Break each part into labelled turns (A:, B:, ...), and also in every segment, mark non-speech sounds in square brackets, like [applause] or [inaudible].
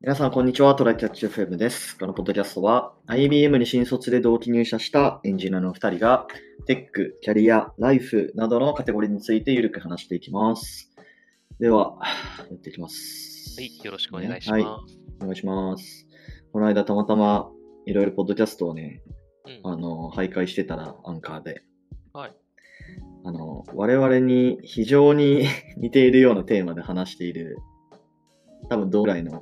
A: 皆さん、こんにちは。トライキャッチ FM です。このポッドキャストは、IBM に新卒で同期入社したエンジニアのお二人が、テック、キャリア、ライフなどのカテゴリーについてゆるく話していきます。では、やっていきます。
B: はい、よろしくお願いし
A: ね
B: ま
A: お願いします。この間、たまたま、いろいろポッドキャストをね、
B: す。うん
A: あの、徘徊してたら、アンカーで。
B: はい。
A: あの、我々に非常に [laughs] 似ているようなテーマで話している、多分同ぐらいの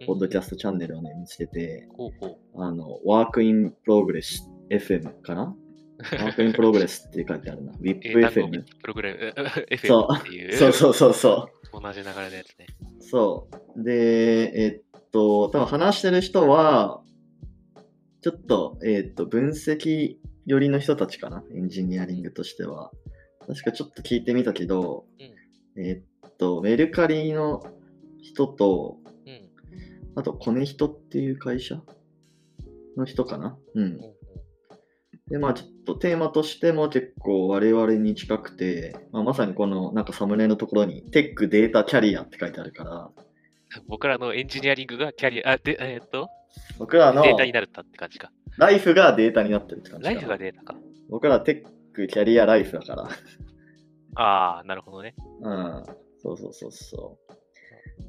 B: うん
A: ポッドキャストチャンネルをね、見つけて、
B: ほうほう
A: あの、ワークインプログレス FM かなワークインプログレスって書いてあるな。
B: 英単語
A: WIPFM。
B: プログラム、え
A: そう
B: FM っていう、
A: そうそうそうそ
B: 同じ流れのやつね。
A: う。そう。で、えっと、多分話してる人は、ちょっと、えっと、分析寄りの人たちかな。エンジニアリングとしては。確かちょっと聞いてみたけど、えっと、メルカリの人と、
B: うん。
A: あと、コネヒトっていう会社の人かな。うん。
B: ほう
A: で、まあちょっとテーマとしても結構我々に近くて、まあ、まさにこのなんかサムネのところにテックデータキャリアって書いてあるから、
B: ほう僕らのエンジニアリングがキャリア、あ、で、えーっと、
A: 僕らの
B: データになるったって感じか。
A: ライフがデータになってるって感じ
B: ラ
A: か
B: イ
A: な
B: フがデータか。
A: 僕らテックキャリアライフだから。
B: ああ、なるほどね。
A: うん。そうそうそうそ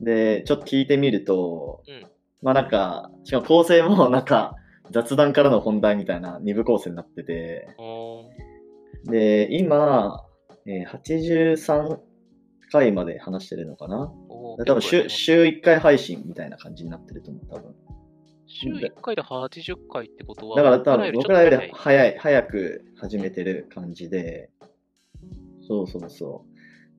A: う。で、ちょっと聞いてみると、
B: うん
A: まあなんか、しかも構成も [laughs] なんか雑談からの本題みたいな二部構成になってて、
B: おー
A: で、今、えー83回まで話してるのかな
B: お
A: 多
B: ー
A: 分
B: 結構やって
A: 週
B: ます
A: 週1回配信みたいな感じになってると思う、多分。
B: 週1回で80回ってことは、
A: だから多分僕らより
B: ちょっと
A: 早い、早く始めてる感じで、そうそうそう。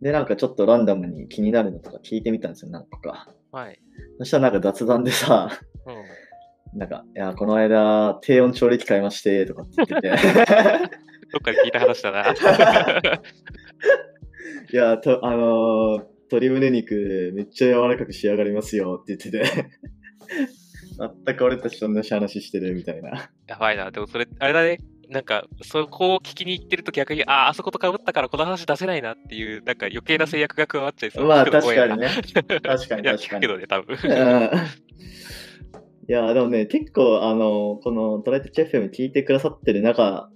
A: で、なんかちょっとランダムに気になるのとか聞いてみたんですよ、何個か。
B: 早い。
A: そしたらなんか雑談でさ、 [laughs]
B: はい。うん
A: なんか、いや、この間、低温調理器買いまして、とかって言
B: [laughs]
A: ってて。
B: どっかで聞いた話だな。う
A: いや、と、あのー鶏胸肉めっちゃ柔らかく仕上がりますよって言って [laughs] て。全く俺たちと同じ話してるみたいな。
B: [laughs] んやばいな。でもそれ、あれだね。なんか、そこを聞きに行ってると逆に、ああ、あそこと被ったからこの話出せないなっていう、なんか余計な制約が加わっちゃいそう。
A: まあ
B: [laughs] ちょっと
A: 確
B: 怖い
A: か
B: な
A: にね。確かに確かに。
B: [laughs] いや、聞くけどね、多
A: [laughs]
B: 分。
A: うんいや、でもね、結構、あの、このトライトチェフ FM 聞いてくださってる中、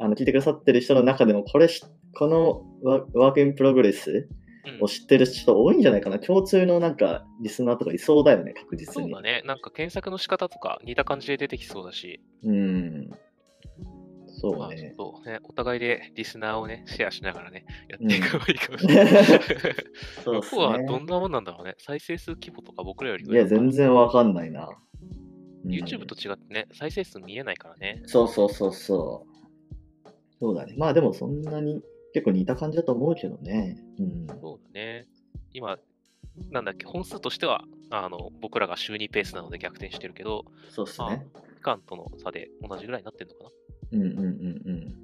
A: あの、聞いてくださってる人の中でも、これし、このワワークインプログレス
B: うん
A: を知ってる人多いんじゃないかな。共通のなんか、リスナーとかいそうだよね、確実
B: そう
A: に。
B: だね。なんか検索の仕方とか似た感じで出てきそうだし、
A: うん。
B: ま
A: そう
B: あ
A: ね。
B: そうねお互いでリスナーをね、シェアしながらね、やっていくのがいいかもし
A: う
B: れ
A: ん [laughs]
B: ない。
A: そうっす
B: 向こうはど
A: ね。
B: んなもんなんだろうね。再生数規模とか僕らより
A: いや、全然わかんないな。うん
B: YouTube と違ってね、再生数見えないからね。
A: そうそうそうそう。そうだね。まあでもそんなに結構似た感じだと思うけどね。うん。
B: そうだね。今、なんだっけ、本数としては、あの、僕らが週2ペースなので逆転してるけど、
A: そうっす
B: まあ
A: ね。
B: 期間との差で同じぐらいになってるのかな。
A: うんうんうんうん。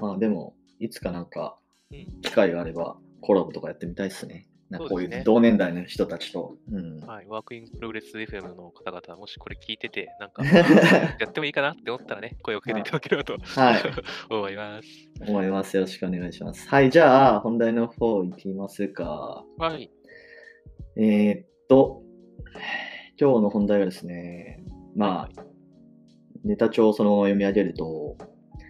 A: まあでも、いつかなんか
B: うん、
A: 機会があればコラボとかやってみたいっすね。なんかこうい
B: そうで
A: う
B: すね
A: 同年代の人たちと。うん。
B: はい、ワークインプログレス FM の方々、もしこれ聞いてて、
A: [laughs]
B: なんか、
A: は
B: やってもいいかなって思ったらね、声をかけていただければと
A: い。
B: [laughs] 思います。
A: 思います。よろしくお願いします。はい。じゃあ、本題の方いきますか。
B: はい。
A: えー、っと、今日の本題はですね、まあ、ネタ帳をそのまま読み上げると、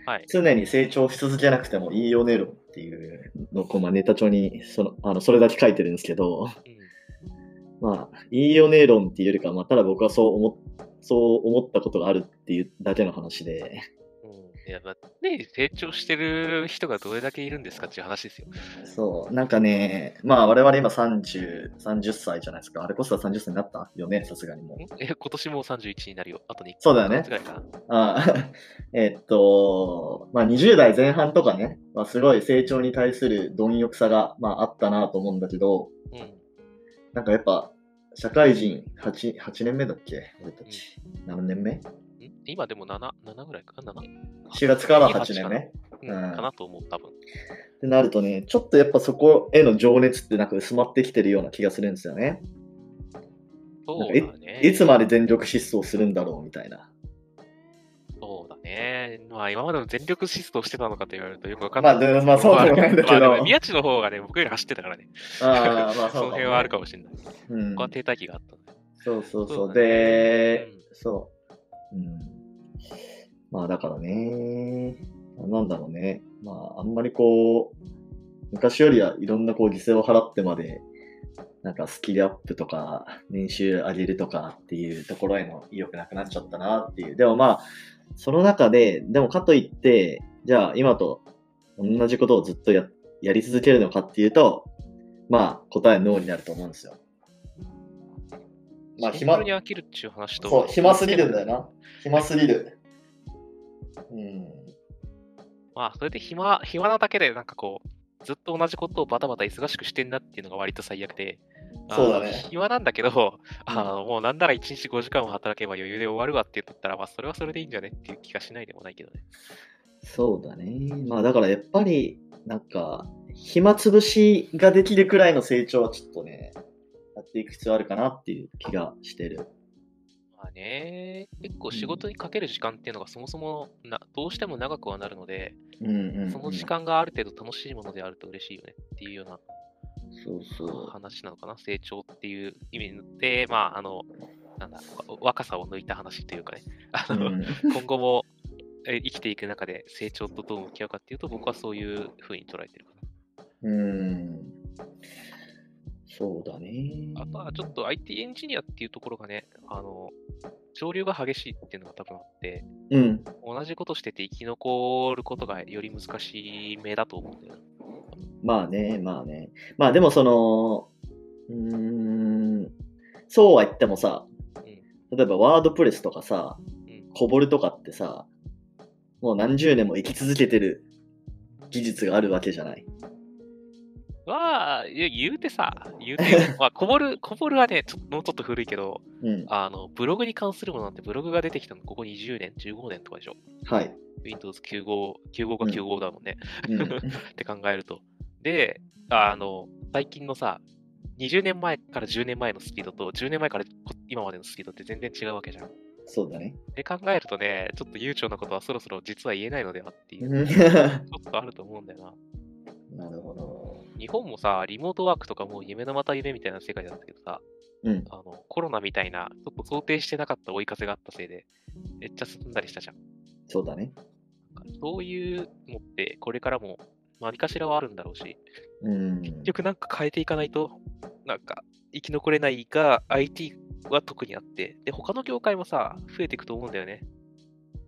B: はい。
A: 常に成長し続けなくてもいいよねろっていうのをこう、まあ、ネタ帳にそのあのそれだけ書いてるんですけど、
B: うん
A: まあ、いいよね論っていうよりかは、まあ、ただ僕はそう思っそう思ったことがあるっていうだけの話で、
B: うん、いや、だって、成長してる人がどれだけいるんですかっていう話ですよ。
A: そう、なんかね、まあ我々今30、30歳じゃないですか。あれこそは30歳になったよね、さすがにもう。
B: んえ、今年もう31になるよ。あと2
A: そうだよね
B: ぐらいかな。
A: あ [laughs] あえっと、まあ、20代前半とかね、まあ、すごい成長に対する貪欲さが、まあ、あったなと思うんだけど、
B: うん。
A: なんかやっぱ、社会人 8, 8年目だっけ俺たち。何年目
B: ん今でも7、7ぐらいか ?7?
A: 4月から8年目。っ
B: うん、
A: うん
B: かなと思う、多分。
A: てなるとね、ちょっとやっぱそこへの情熱ってなんか薄まってきてるような気がするんですよね。
B: そうだね。
A: いつまで全力疾走するんだろうみたいな。
B: そうだね。まあ、今までも全力疾走してたのかと言われるとよくわかん
A: ま
B: ない。
A: あ、でまあそうでもないんだけ
B: まあで
A: ど
B: も。宮地の方がね、僕より走ってたからね。
A: ああ、まあ
B: その
A: そう
B: 辺はある
A: か
B: か
A: もね。
B: もしれない。
A: うん
B: 僕は停滞期があったので。
A: そうそう
B: そ
A: そうう。
B: だね
A: で
B: うん、
A: そう。うん。まあだからね、なんだろうね。まああんまりこう、昔よりはいろんなこう犠牲を払ってまで、なんかスキルアップとか、年収上げるとかっていうところへの意欲なくなっちゃったなっていう。でもまあ、その中で、でもかといって、じゃあ今と同じことをずっとややり続けるのかっていうと、まあ答えはノーになると思うんですよ。まあ
B: シン
A: 暇
B: プルに飽きるっていう話と。
A: そう、暇すぎるんだよな。暇すぎる。うん。
B: まあ、それで暇、暇なだけで、なんかこう、ずっと同じことをバタバタ忙しくしてんなっていうのが割と最悪で、あの
A: そうだね
B: 暇なんだけど、あのもうなんなら1日5時間も働けば余裕で終わるわって言っとったら、まあ、それはそれでいいんじゃねっていう気がしないでもないけどね。
A: そうだね。まあだからやっぱり、なんか、暇つぶしができるくらいの成長はちょっとね、やっていく必要あるかなっていう気がしてる。
B: まあね、結構仕事にかける時間っていうのがそもそもな、どうしても長くはなるので、
A: うんうん、うん。
B: その時。間がある程度楽しいものであると嬉しいよねっていうような
A: そうそ
B: 話なのかな、成長っていう意味で、まあ、あの、なんだ、わ若さを抜いた話というかね、あ
A: う。う
B: の、
A: ん、
B: 今後もえ生きていく中で成長とどう向き合うかっていうと僕はそういうふうに捉えてるか
A: うん。 [laughs] そうだね。
B: な。あとはちょっと IT エンジニアっていうところがね、あの、潮流が激しいっていうのが多分あって、
A: うん。
B: 同じことしてて生き残ることがより難しめだと思うんだよな。
A: まあね、まあね。まあでもその、うーん、そうは言ってもさ、例えばワードプレスとかさ、
B: うん。
A: コボルとかってさ、もう何十年も生き続けてる技術があるわけじゃない。
B: まあ、いや言うてさ、言うて、 [laughs] まあ、こぼる、こぼるはね、ちょっともうちょっと古いけど、
A: うん。
B: あの、ブログに関するものなんてブログが出てきたのここ20年、15年とかでしょ。
A: はい。
B: Windows 95、95か95だもんね。
A: うん。
B: [laughs] って考えると。で、あの、最近のさ、20年前から10年前のスピードと、10年前からこ今までのスピードって全然違うわけじゃん。っ
A: そうだね。
B: [laughs] て考えるとね、ちょっと悠長なことはそろそろ実は言えないのではっていう、ちょっとあると思うんだよな。
A: なるほど。
B: 日本もさ、リモートワークとかもう夢のまた夢みたいな世界だったけどさ、
A: うん。
B: あのコロナみたいな、ちょっと想定してなかった追い風があったせいで、めっちゃ進んだりしたじゃん。
A: そうだね。
B: そういうのって、これからも何かしらはあるんだろうし、
A: うん。
B: 結局なんか変えていかないと、なんか生き残れないが、IT は特にあって、で、他の業界もさ、増えていくと思うんだよね。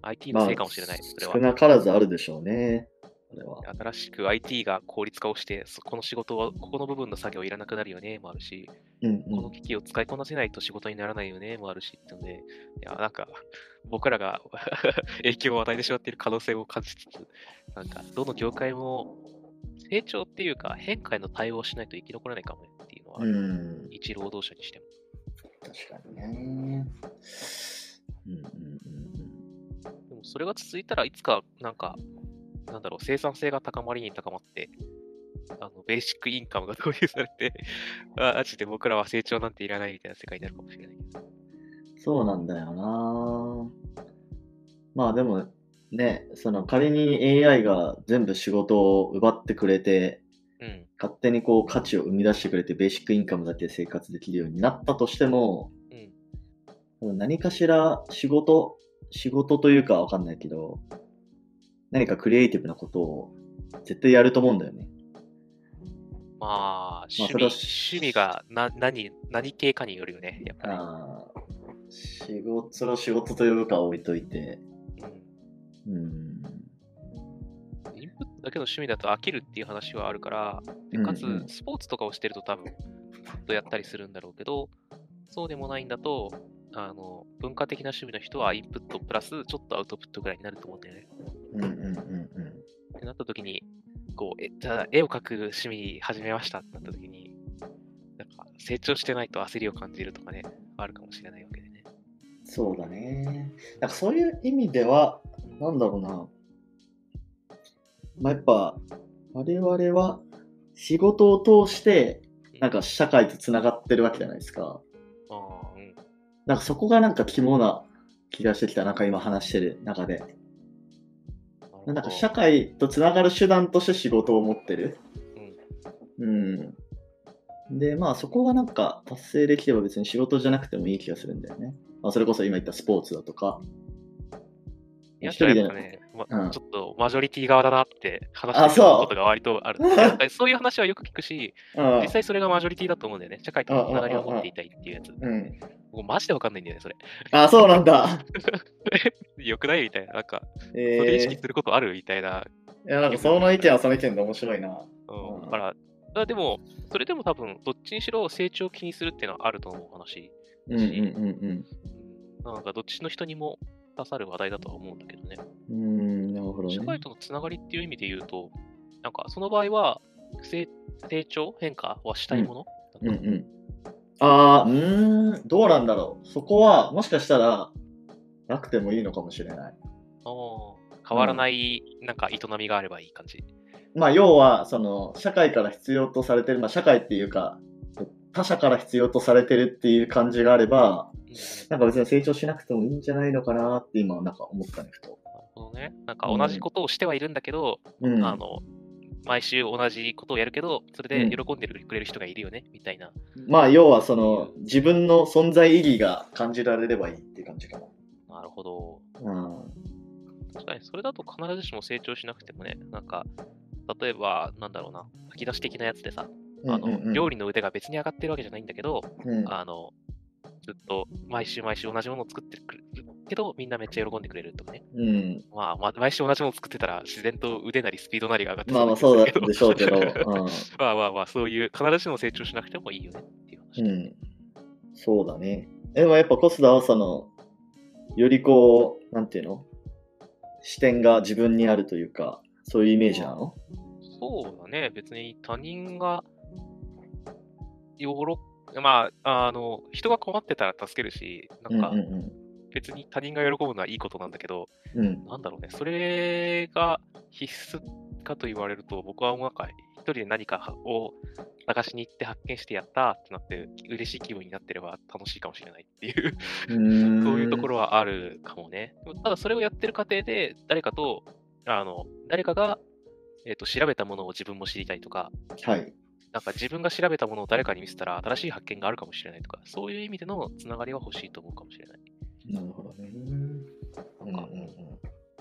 B: IT のせいかもしれない、それ
A: まあ
B: は
A: 少。なからずあるでしょうね。これは。
B: 新しく IT が効率化をして、そこの仕事は、ここの部分の作業いらなくなるよね、もあるし、
A: うん、う
B: この
A: ん。
B: 機器を使いこなせないと仕事にならないよね、もあるし、ってので、いや、なんか、僕らが [laughs] 影響を与えてしまっている可能性を感じつつ、なんか、どの業界も成長っていうか、変化への対応をしないと生き残れないかもねっていうのはある
A: うん。
B: 一労働者にしても。
A: 確かにね。うんうんうんうん。
B: でもそれが続いたらいつか、なんか、なんだろう、生産性が高まりに高まって、あの、ベーシックインカムが導入されて、 [laughs] あマジで僕らは成長なんていらないみたいな世界になるかもしれないけど。
A: そうなんだよなまあでもね、その仮に AI が全部仕事を奪ってくれて、
B: うん。
A: 勝手にこう価値を生み出してくれて、ベーシックインカムだけで生活できるようになったとしても、
B: うん。
A: 何かしら仕事、仕事というかわかんないけど、何かクリエイティブなことを絶対やると思うんだよね。
B: まあ、趣味、
A: それは
B: 趣味がな何、何系かによるよね、やっぱね。
A: あー仕事、それを仕事と呼ぶかは置いといて、
B: うん。
A: うん。
B: インプットだけの趣味だと飽きるっていう話はあるから、でかつ
A: うんう、ん
B: スポーツとかをしてると多分、ずっとやったりするんだろうけど、そうでもないんだと、あの、文化的な趣味の人はインプットプラス、ちょっとアウトプットぐらいになると思うんだよね。
A: うんうんうんうん。
B: ってなった時に、こう、え、じゃあ絵を描く趣味始めましたってなった時に、なんか、成長してないと焦りを感じるとかね、あるかもしれないわけでね。
A: そうだね。なんかそういう意味では、なんだろうな。まあ、やっぱ、我々は仕事を通して、なんか社会とつながってるわけじゃないですか。
B: ああ、うん。
A: なんかそこがなんか肝な気がしてきた、なんか今話してる中で。
B: な
A: なんか
B: るほ
A: 社
B: ど
A: 会とつながる手段として仕事を持ってる。
B: うん
A: うん。で、まあそこがなんか達成できれば別に仕事じゃなくてもいい気がするんだよね。まあ、それこそ今言ったスポーツだとか。
B: や
A: 一人
B: っぱや
A: で
B: っぱね、ま
A: うん
B: ちょっとマジョリティ側だなって話
A: あ
B: してる
A: そう
B: ことが割と
A: [laughs]
B: ある。やっぱりそういう話はよく聞くし、
A: うん
B: 実際それがマジョリティだと思うんだよね。社会とのつながりを持っていたいっていうやつ。
A: うん。
B: もうマジでわかんないんだよね、それ。
A: あ、そうなん [laughs] だ。
B: よくないみたいな。なんか、
A: え
B: それ意識
A: ー、い
B: することあるみたいな。
A: やなんかその意見はその意見で面白いな。
B: うん。
A: うん
B: だから、あでも、それでも多分、どっちにしろ成長を気にするっていうのはあると思う話。
A: うんうん
B: うんなんか、どっちの人にも刺さる話題だとは思うんだけどね。
A: うんうん。うん、なるほどね。
B: 社会とのつながりっていう意味で言うと、なんかその場合は成成長、変化はしたいもの、
A: うんう
B: なんか
A: ん。あー、うーん、どうなんだろう。そこは、もしかしたら、なくてもいいのかもしれない。
B: あー変わらない、なんか営みがあればいい感じ。
A: まあ、要は、その、社会から必要とされてる、まあ、社会っていうか、他者から必要とされてるっていう感じがあれば、
B: うん
A: な
B: な
A: んか別に成長しなくてもいいんじゃないのかなって今、なんか思ったね、ふと。
B: るほどね。なんか同じことをしてはいるんだけど、
A: うん。
B: あの毎週同じことをやるけど、それで喜んでくれる人がいるよね、みたいな。
A: まあ、要は、その、自分の存在意義が感じられればいいっていう感じかな。
B: なるほど。
A: うん。
B: 確かにそれだと必ずしも成長しなくてもね、なんか、例えば、なんだろうな、吐き出し的なやつでさ、あ
A: うんうんう
B: の
A: ん
B: 料理の腕が別に上がってるわけじゃないんだけど、
A: うん
B: あの、ずっと毎週毎週同じものを作ってくるけど、みんなめっちゃ喜んでくれるとかね。
A: うん。
B: まあ、ま毎週同じものを作ってたら、自然と腕なりスピードなりが上がって
A: まあまあ、
B: そ
A: そう
B: な
A: う
B: 気
A: だ
B: が
A: ですしょう
B: る
A: け
B: け
A: ど、
B: ど [laughs]
A: うん。
B: まあまあまあ、そういう、必ずしも成長しなくてもいいよねっていう話。
A: うん。そうだね。でもやっぱコスダはその、よりこう、なんていうの視点が自分にあるというか、そういうイメージなの
B: そうだね、別に他人が、よろ、まあ、あの、人が困ってたら助けるし、なんか
A: うん、う
B: 別に他人が喜ぶのはいいことなんだけど、
A: んうん。うん。
B: なんだろうね、それが必須かと言われると、僕はもうなんか一人で何かを探しに行って発見してやったーってなって、嬉しい気分になってれば楽しいかもしれないっていう、
A: うーん
B: そういうところはあるかもね。ただそれをやってる過程で、誰かと、あの、誰かが、えっと調べたものを自分も知りたいとか、
A: はい。
B: なんか自分が調べたものを誰かに見せたら新しい発見があるかもしれないとか、そういう意味でのつながりは欲しいと思うかもしれない。
A: なるほどね。うんうんうん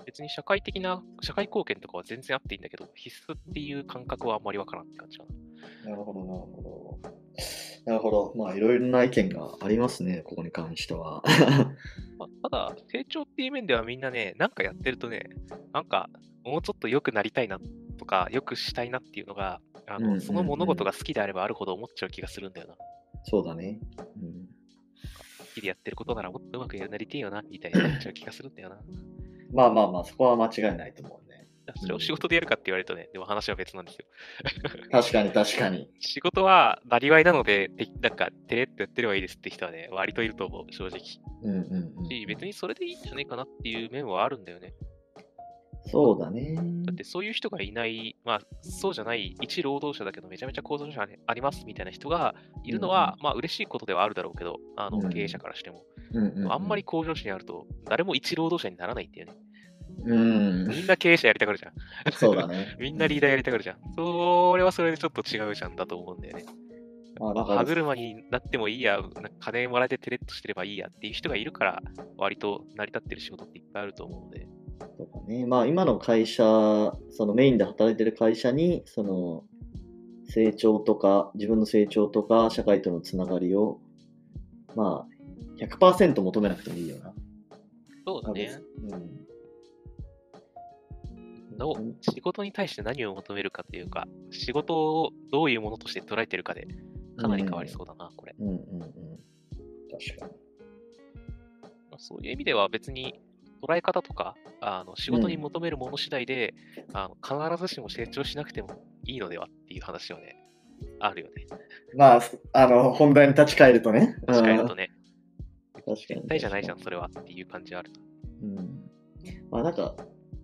B: 別に社会的な、社会貢献とかは全然あっていいんだけど、必須っていう感覚はあんまりわからんって感じかな。
A: なるほど、なるほど。なるほど。まあ、いろいろな意見がありますね、ここに関しては。 [laughs]
B: まあ、ただ、成長っていう面ではみんなね、なんかやってるとね、なんかもうちょっと良くなりたいなとか、良くしたいなっていうのが、あ
A: うんうんう
B: の
A: ん
B: その物事が好きであればあるほど思っちゃう気がするんだよな。
A: そうだね。うん
B: 好きでやってることならもっとうまくなりてえよな、みたいになっちゃう気がするんだ
A: [laughs]
B: よな。
A: まあまあまあ、そこは間違いないと思うね。
B: それを仕事でやるかって言われるとね、でも話は別なんですよ。
A: 確かに、確かに。
B: 仕事はなりわいなので、てなんか、てれっとやってればいいですって人はね、割といると思う、正直。
A: うんうんうん。
B: し、別にそれでいいんじゃないかなっていう面はあるんだよね。
A: そうだね。
B: だってそういう人がいない、まあそうじゃない、一労働者だけどめちゃめちゃ構造者でありますみたいな人がいるのは、まあ嬉しいことではあるだろうけど、あの
A: うん
B: 経営者からしても。
A: うんうんうん
B: あんまり向上心にあると、誰も一労働者にならないっていうね。
A: うん、
B: みんな経営者やりたがるじゃん。
A: そうだね
B: [laughs] 。みんなリーダーやりたがるじゃん。それはそれでちょっと違うじゃんだと思うんだよね。
A: まあ、だから
B: 歯車になってもいいや、なんか金もらえてテレッとしてればいいやっていう人がいるから、割と成り立ってる仕事っていっぱいあると思うので。
A: とかね、まあ、今の会社、そのメインで働いてる会社に、その、成長とか、自分の成長とか、社会とのつながりを、まあ、100%求めなくてもいいよな。
B: そうだね。
A: うん。
B: の仕事に対して何を求めるかというか、仕事をどういうものとして捉えてるかで、かなり変わりそうだな、これ。
A: うんうんうん。確かに。
B: まあそういう意味では別に捉え方とか、あの仕事に求めるもの次第で、あの必ずしも成長しなくてもいいのではっていう話はね、あるよね。
A: まあ、あの、本題に立ち返るとね。
B: 確かにとね。
A: うん確かに。
B: 絶対じゃないじゃん、それはっていう感じはある。
A: うんまあなんか、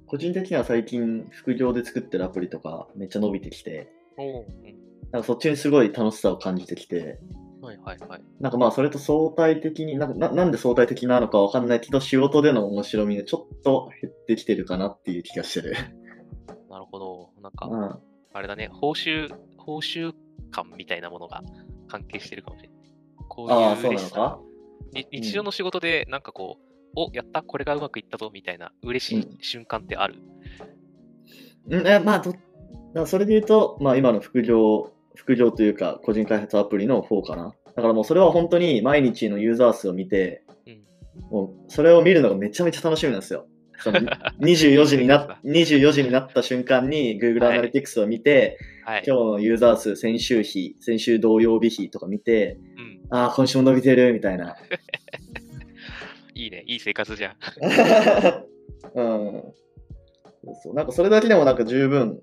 A: 個人的には最近副業で作ってるアプリとかめっちゃ伸びてきて、
B: おうん
A: なんかそっちにすごい楽しさを感じてきて、
B: はいはいはい。
A: なんかまあそれと相対的に、なんかななんで相対的なのかわかんないけど、仕事での面白みがちょっと減ってきてるかなっていう気がしてる。
B: なるほど。なん
A: う
B: か、
A: ん、
B: あれだね、報酬、報酬感みたいなものが、関係してるかもしれない。こう
A: ああ、
B: いう
A: そう
B: 嬉
A: な
B: し
A: の
B: さ
A: か
B: に日常の仕事でなんかこう、おやったこれがうまくいったぞみたいな嬉しい瞬間ってある、
A: うん、えまあ、どなそれで言うと、まあ、今の副業、副業というか、個人開発アプリの方かな。だからもうそれは本当に毎日のユーザー数を見て、
B: うん
A: もうそれを見るのがめちゃめちゃ楽しみなんですよ。そ
B: [laughs]
A: の 24, 時にな24時になった瞬間に Google
B: はい
A: Analytics を見て、
B: はい。
A: 今日のユーザー数、先週比、先週同曜日比とか見て、
B: うん。
A: ああ、今週も伸びてるみたいな。 [laughs]
B: いいね。いい生活じゃん。 [laughs]
A: うん。そうそう。なんかそれだけでもなんか十分、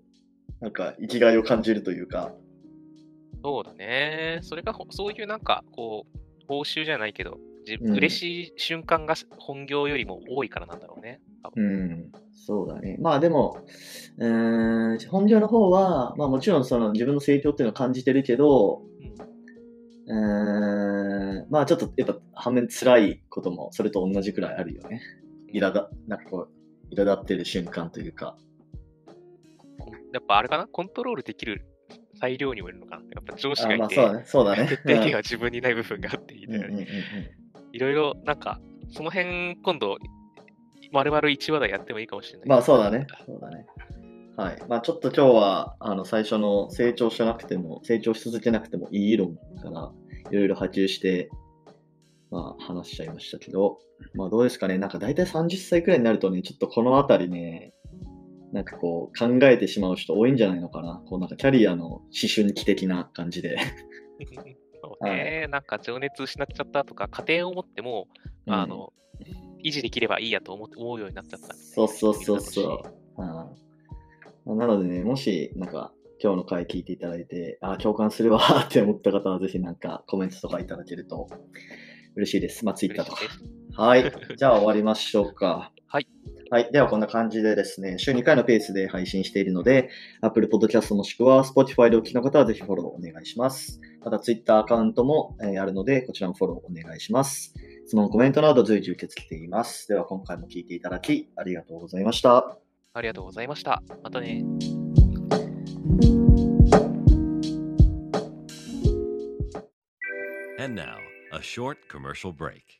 A: なんか生きがいを感じるというか。
B: そうだね。それがほ、そういうなんか、こう、報酬じゃないけど、じ
A: うん
B: 嬉しい瞬間が本業よりも多いからなんだろうね。
A: うん。そうだね。まあでも、うーん、本業の方は、まあもちろんその自分の成長っていうのを感じてるけど、
B: うん、
A: うーん、まあちょっとやっぱ反面辛いこともそれと同じくらいあるよね。苛だ、なんかこう、苛立ってる瞬間というか。
B: こんやっぱあれかなコントロールできる裁量にもいるのかなやっぱ上司
A: あ
B: が
A: ま
B: い
A: あ
B: て、
A: そうだね。そうだ
B: [laughs]
A: ね。
B: 決定権が自分にない部分があっていい
A: うんうんうんうん
B: いろいろ、なんか、その辺、今度、丸々1話題やってもいいかもしれない。
A: まあそうだね。そうだね。はい。まあちょっと今日は、あの、最初の成長しなくても、成長し続けなくてもいい論から、いろいろ波及して、まあ話しちゃいましたけど、まあどうですかね。なんか大体30歳くらいになるとね、ちょっとこのあたりね、なんかこう考えてしまう人多いんじゃないのかな。こうなんかキャリアの思春期的な感じで。
B: そうね、なんか情熱失っちゃったとか、家庭を持っても、あ
A: うん、
B: の、維持できればいいやと思って思うようになっちゃったんで。
A: そうそうそうそう。うん、なのでね、もし、なんか、今日の回聞いていただいて、あー共感するわって思った方は、ぜひなんかコメントとかいただけると嬉しいです。まあ、ツイッタ
B: 嬉
A: ー
B: し
A: とか
B: いで。
A: はい。じゃあ終わりましょうか。
B: はい。
A: はい。ではこんな感じでですね、週2回のペースで配信しているので、Apple Podcast もしくは Spotify でお聞きの方はぜひフォローお願いします。また Twitter アカウントも、えーあるので、こちらもフォローお願いします。質問、コメントなど随時受け付けています。では今回も聞いていただき、ありがとうございました。
B: す。ありがとうございました。またね。
C: And now, a short commercial break.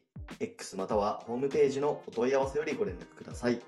A: X またはホームページのお問い合わせよりご連絡ください。